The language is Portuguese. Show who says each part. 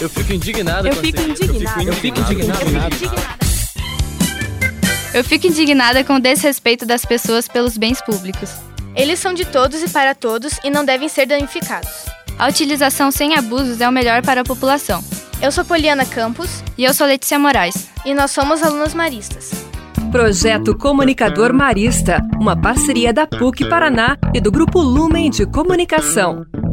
Speaker 1: Eu fico indignado
Speaker 2: Eu
Speaker 1: com
Speaker 2: fico
Speaker 1: essa-
Speaker 2: indignada.
Speaker 1: Eu fico indignado. Eu fico indignado.
Speaker 3: Eu fico indignada com o desrespeito das pessoas pelos bens públicos.
Speaker 4: Eles são de todos e para todos e não devem ser danificados.
Speaker 3: A utilização sem abusos é o melhor para a população.
Speaker 4: Eu sou Poliana Campos
Speaker 3: E eu sou Letícia Moraes.
Speaker 4: e nós somos alunas maristas.
Speaker 5: Projeto Comunicador Marista, uma parceria da PUC Paraná e do Grupo Lumen de Comunicação.